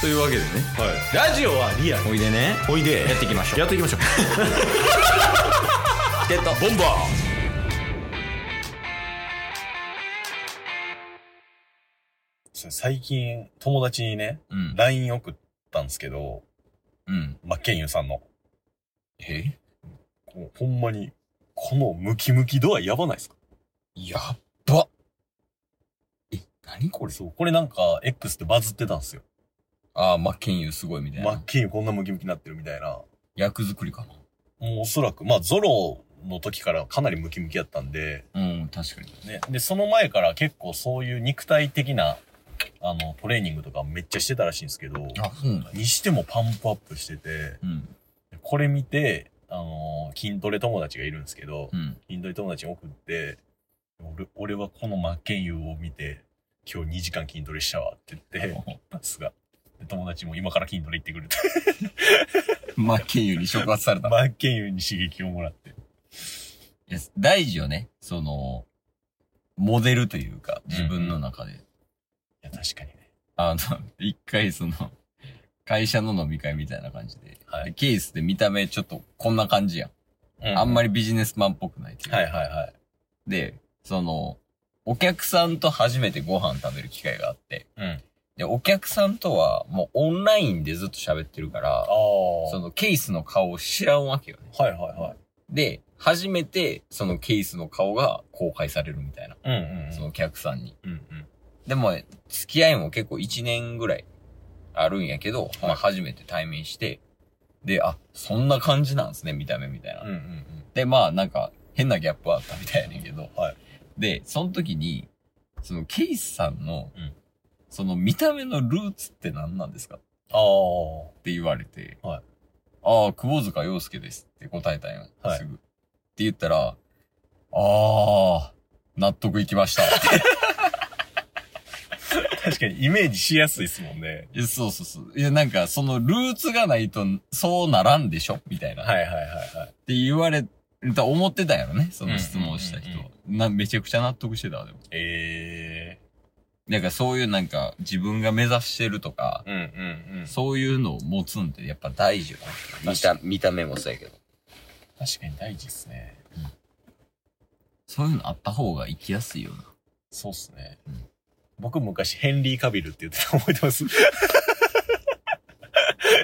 というわけでねラジオはリアルおいでねおいでやっていきましょうやっていきましょう ゲットボンバー最近、友達にね、うん LINE 送ったんですけど、うんまあ、ケンユさんの。えもうほんまに、このムキムキ度合いやばないですかやっばえ何これそう、これなんか、X ってバズってたんですよ。ああ真剣佑すごいみたいマッなケンユこんなムキムキになってるみたいな。役作りかもうおそらく、まあ、ゾロの時からかなりムキムキやったんで、なうん確かにね、で、その前から結構そういう肉体的な、あの、トレーニングとかめっちゃしてたらしいんですけど、あそうなんだにしてもパンプアップしてて、うんこれ見て、あのー筋トレ友達がいるんですけど、うん筋トレ友達に送って、俺俺はこの真剣佑を見て、今日2時間筋トレしたわって言って、パスが。で友達も今から筋トレ行ってくるって。 真剣佑に触発された真剣佑に刺激をもらって。いや大事よねそのモデルというか自分の中で、いや、確かにね。あの、一回その、会社の飲み会みたいな感じで、はいでケースで見た目ちょっとこんな感じやん。あんまりビジネスマンっぽくないっていうはいはいはい。で、その、お客さんと初めてご飯食べる機会があって、うん。で、お客さんとはもうオンラインでずっと喋ってるかあら、あ。そのケースの顔を知らんわけよね。はいはいはい。で、初めてそのケースの顔が公開されるみたいな、うんうんうん。そのお客さんに。うんうん。でも、付き合いも結構1年ぐらいあるんやけど、まあ初めて対面して、で、あ、そんな感じなんですね、見た目みたいな。うんうんうん。で、まあなんか変なギャップはあったみたいやねんけど、はいで、その時に、そのケイスさんの、うんその見た目のルーツって何なんですかっああ。て言われて、はいああ、窪塚洋介ですって答えたんや、はいすぐ。って言ったら、ああ、納得いき ました。確かにイメージしやすいですもんね。いやそうそうそう。いや、なんか、そのルーツがないと、そうならんでしょみたいな。はいっはいはいはい。て言われた、思ってたんやろね。その質問した人うんうんは。な、めちゃくちゃ納得してたわ、でも。えなんか、そういうなんか、自分が目指してるとか、えうんうんうん。そういうのを持つんって、やっぱ大事よね。見確た、見た目もそうやけど。確かに大事ですね。そういうのあった方が生きやすいよな。そうっすね。うん僕昔ヘンリー・カビルって言ってたの覚えてます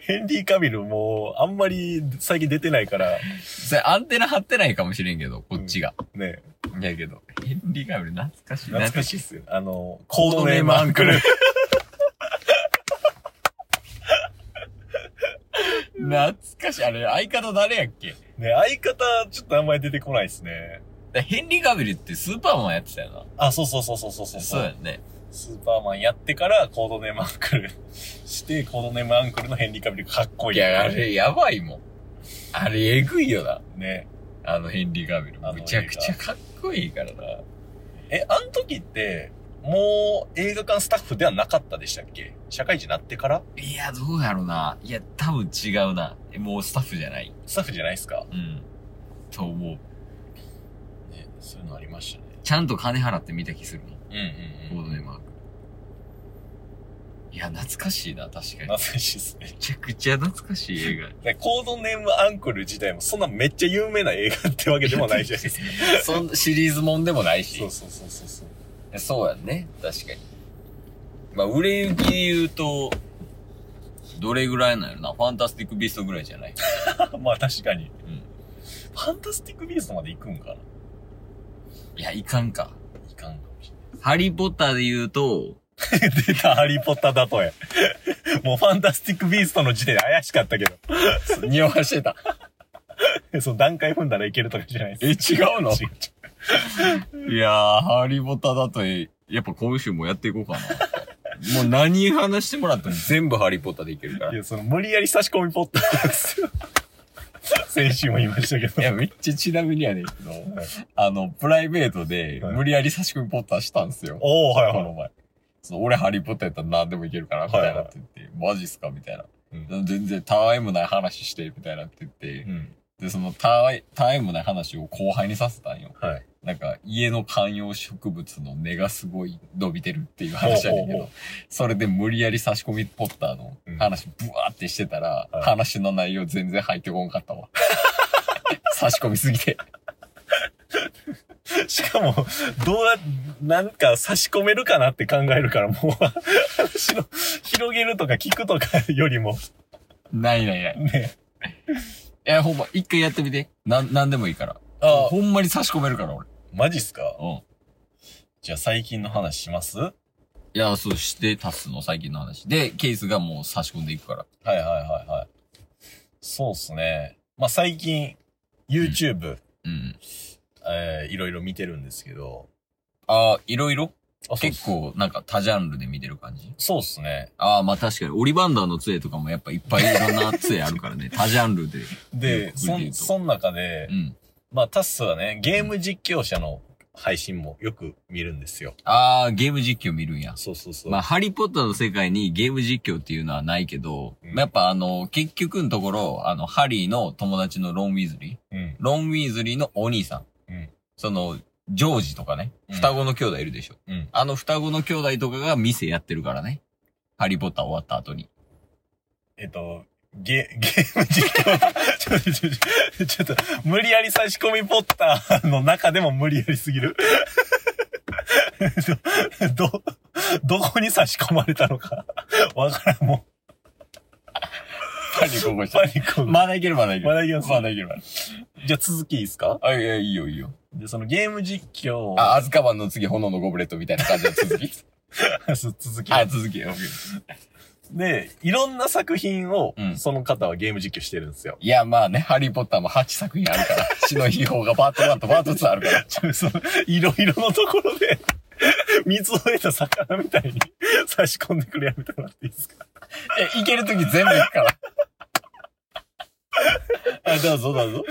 ヘンリー・カビルもうあんまり最近出てないから、それ、アンテナ張ってないかもしれんけど、こっちが。ね、やけど、ヘンリーガブル懐かしい。懐かしいっすよ。あの、コーコードドネネーームムアアンンククルル。懐かしい。あれ、相方誰やっけね、相方ちょっとあんまり出てこないですね。だヘンリー・ガビルってスーパーマンやってたよあ、そうそうそうそうそうそな。うそうやんね。スーパーマンやってからコードネームアンクルして、コードネームアンクルのヘンリー・カビルかっこいいい。や、あれやばいもん。あれえぐいよな。ね。あのヘンリー・ガビル。あの映画むちゃくちゃかっこいいからな。え、あの時って、もう映画館スタッフではなかったでしたっけ社会人になってからいや、どうやろうな。いや、多分違うな。えもうスタッフじゃない。スタッフじゃないですかうん。と思う。ね、そういうのありましたね。ちゃんと金払って見た気するもん。うんコーうんドネームアンクル。いや、懐かしいな、確かに。懐めかしいですね。ちゃくちゃ懐かしい映画。ねコードネームアンクル自体もそんなめっちゃ有名な映画ってわけでもないじゃないですか。 そんシリーズもんでもないし。そうそうそうそうそう。そうやんね。確かに。まあ、売れ行きで言うと、どれぐらいなんやろな。ファンタスティック・ビーストぐらいじゃない。 まあ確かに。うん。ファンタスティックビーストまで行くんかないや、いかんか。いかんかもしハリー・ポッターで言うと、れない。出た、ハリーポッターだとえ。 もうファンタスティックビーストの時点で怪しかったけ匂わしてた。ど。 その段階踏んだらいけるとかじゃないです。 え、違うの違う違ういやー、ハリー・ポッターだと、やっぱ今週もやっていこうかな。もう何話してもらっても全部ハリー・ポッターでいけるから。いいや、その無理やり差し込みポッターですよ。 先週も言いましたけど。や、めっちゃちなみにやねんけど、あの、プライベートで無理やり差し込みポッターしたんですよ。おおはいこはのい。前。その俺ハリーポッターやったら何でもいけるから、みたいなって言って、マジっすかみたいな。全然たわいもない話して、みたいなって言って、うん。で、そのたわい、たわいもない話を後輩にさせたんよ。はい。なんか、家の観葉植物の根がすごい伸びてるっていう話やねんけほうほうど、それで無理やり差し込みポッターの話ブワーってしてたら、はい話の内容全然入ってこんかったわ。 差し込みすぎて。しかも、どうや、なんか差し込めるかなって考えるから、もう、 話の、広げるとか聞くとかよりも、ないないない。ね。いや、ほんま、一回やってみて。なん、なんでもいいから。ああ、ほんまに差し込めるから、俺。マジっすかうん。じゃあ最近の話しますはいいや、そうして、タスの最近の話。で、ケースがもう差し込んでいくから。はいはいはい。そうっすね。まあ最近、YouTube、うん。えーいろいろ見てるんですけど、ああ、いろいろあそうっす結構、なんか多ジャンルで見てる感じそうっすね。ああ、まあ確かに、オリバンダーの杖とかもやっぱいっぱいいろんな杖あるからね。多 ジャンルで。で、うんそん、そん中でう、ん。まあタッスはね、ゲーム実況者の配信もよく見るんですよ。ああ、ゲーム実況見るんや。そうそうそう。まあ、ハリーポッターの世界にゲーム実況っていうのはないけど、うんまあやっぱあの、結局のところ、あの、ハリーの友達のロン・ウィズリー、うん。ロン・ウィズリーのお兄さん、うんその、ジョージとかね、うん双子の兄弟いるでしょ。うんあの双子の兄弟とかが店やってるからね。ハリーポッター終わった後に。えっと、ゲ、ゲーム実況ちょっと、ちょっと、ちょっと、無理やり差し込みポッターの中でも無理やりすぎる。 ど、どどこに差し込まれたのか。わからん、もパニック起こう、パニック を。まだいけるまだいけまる。だいきます。まだいけるまだいける。じゃあ続きいいですかあ、いや、いいよいいよ。で、そのゲーム実況。あ、アズカバンの次、炎のゴブレット みたいな感じの続き。そう続き。あ、続きよ。で、いろんな作品をう、んその方はゲーム実況してるんですよ。いや、まあね、ハリーポッターも8作品ある から、死の秘宝がパート1とパート2ある から。ちょ その、いろいろのところで、 水を得た魚みたいに差し込んでくれやめてもらっていいですかえ、いけるとき全部行くから。 あ、どうぞどうぞ。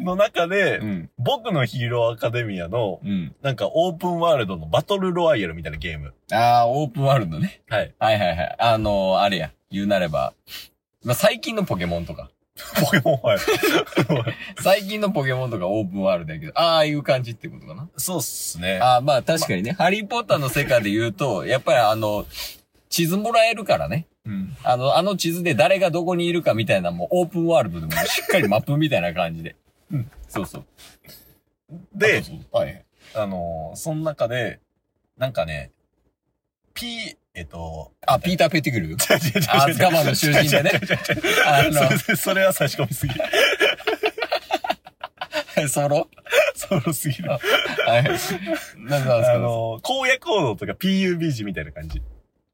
の中で、うん。僕のヒーローアカデミアの、うん。なんかオープンワールドのバトルロワイヤルみたいなゲーム。ああ、オープンワールドね。はい。はいはいはい。あのー、あれや、言うなれば、まあ、最近のポケモンとか、ポケモンはい。最近のポケモンとかオープンワールドやけど、ああいう感じってことかな。 そうっすね。ああ、まあ確かにね、ハリーポッターの世界で言うと、やっぱりあの、地図もらえるからね。うん。あの、あの地図で誰がどこにいるかみたいな、もうオープンワールドでもしっかりマップみたいな感じで。うん。そうそう。で、そうそうはい。あのーその中で、なんかね、P、えっと、あ、ピーター・ペティグル違う違う違う違うアズカバンの囚人でね。あ違う違う違う それそれは差し込みすぎる。の、ソロ そろすぎる。あはい。なんかなんですかのー、荒野行動とか PUBG みたいな感じ。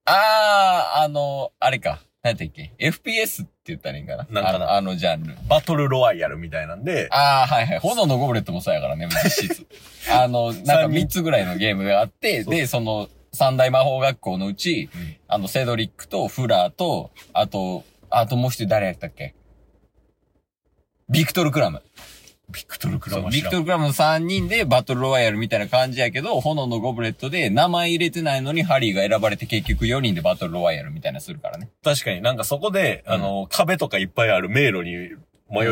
あー、あの、あれか。何だっけ ?FPS って言ったらいいんかななんかなあのあのジャンル。バトルロワイヤルみたいなんで、あー、はいはい。炎のゴブレットもそうやからね、実質。あの、なんか三人3つぐらいのゲームがあって、そうで、その、三大魔法学校のうち、うんあの、セドリックとフラーと、あと、あともう一人誰やったっけビクトル・クラム。ビクトルクラそうマビシクラトル・クラムの3人でバトル・ロワイヤルみたいな感じやけど、炎のゴブレットで名前入れてないのにハリーが選ばれて結局4人でバトル・ロワイヤルみたいなのするからね。確かになんかそこで、うんあの、壁とかいっぱいある迷路に迷い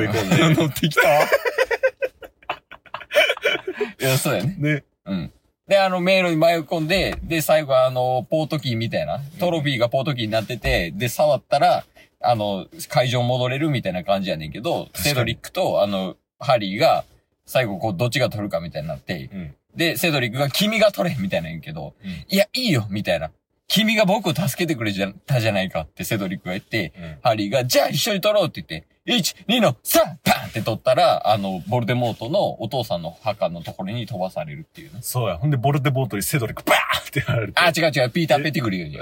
込ん で、乗ってきたいや、そうやね。ね、うん。で、あの、迷路に迷い込んで、で、最後はあの、ポートキーみたいな、トロフィーがポートキーになってて、で、触ったら、あの、会場戻れるみたいな感じやねんけど、かにセドリックと、あの、ハリーが、最後、こう、どっちが取るかみたいになって、うんで、セドリックが、君が取れみたいな言うけど、うんいや、いいよみたいな。君が僕を助けてくれじゃたじゃないかってセドリックが言って、うんハリーが、じゃあ一緒に取ろうって言って、1、2の3、パンって取ったら、あの、ボルデモートのお父さんの墓のところに飛ばされるっていうね。そうや。ほんで、ボルテボートにセドリックバーンってやられる。あ、違う違う、ピーター・ペティグリューに。ピ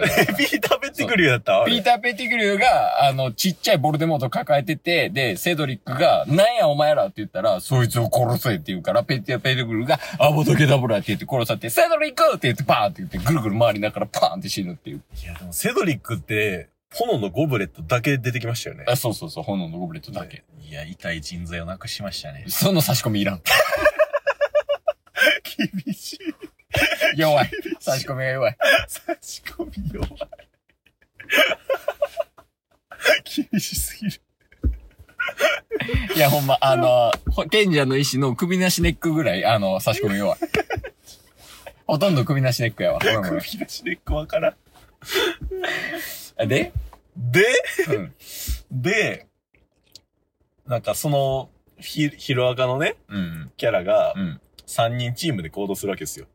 ーター・ベッティクリューだったピーター・ペティグリューが、あの、ちっちゃいボルデモートを抱えてて、で、セドリックが、なんやお前らって言ったら、そいつを殺せって言うから、ペティア・ペティグリューが、アボドケダブラって言って殺されて、セドリックって言って、バーンって言って、ぐるぐる回りながら、パーンって死ぬっていう。ーいや、でもセドリックって、炎のゴブレットだけ出てきましたよね。あ、そうそうそう、炎のゴブレットだけ。。いや、痛い人材をなくしましたねその差し込みいらん。厳し い。弱い。差し込みが弱い。差し込み弱い。厳しすぎる。いいや、ほんま、あの、ほ賢者の意志の首なしネックぐらい、あの、差し込み弱い。ほとんど首なしネックやわ。ごめんごめん首出しでっこわからん。あで、で、うん、で、なんかその、ひ、ヒロアカのね、うん、キャラがう、ん。 3人チームで行動するわけですよ。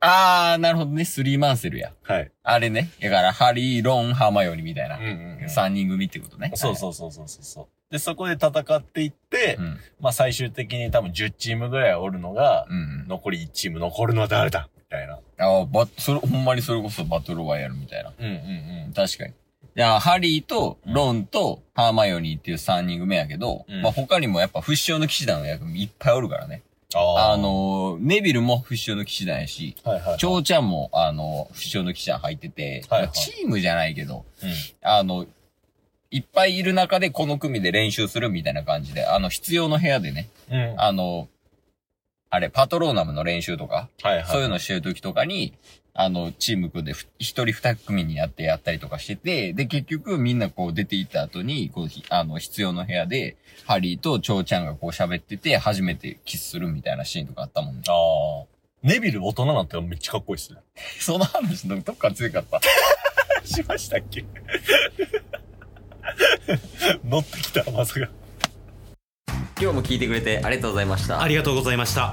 あー、なるほどね。スリーマンセルや。はい。あれね。だから、ハリー、ロン、ハーマヨニーみたいな。ん三人組ってことね。そうそうそうそうそうそう。で、そこで戦っていって、うん。まあ最終的に多分10チームぐらいおるのが、うん。残り1チーム残るのは誰だみたいな。ああ、ば、それ、ほんまにそれこそバトルワイヤルみたいな。うんうんうん。確かに。いや、ハリーと、ロンと、ハーマヨニーっていう三人組やけど、うんまあ他にもやっぱ、不死鳥の騎士団の役もいっぱいおるからね。あーあ、のー、ネビルも不死鳥の騎士団やし、はいはい。チョウちゃんも、あの、不死鳥の騎士団入ってて、はいはいまあチームじゃないけど、うんあの、いっぱいいる中でこの組で練習するみたいな感じで、あの、必要の部屋でね、うん。あの、あれ、パトローナムの練習とか、はいはい。そういうのしてる時とかに、あの、チーム組んでふ一人二組になってやったりとかしてて、で、結局みんなこう出て行った後に、こうひ、あの、必要の部屋で、ハリーとチョウちゃんがこう喋ってて、初めてキスするみたいなシーンとかあったもんね。ああ。ネビル大人なんてめっちゃかっこいいっすね。 その話のどっか強かった。しましたっけ 乗ってきた、まさか。今日も聞いてくれてありがとうございましたありがとうございました。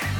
す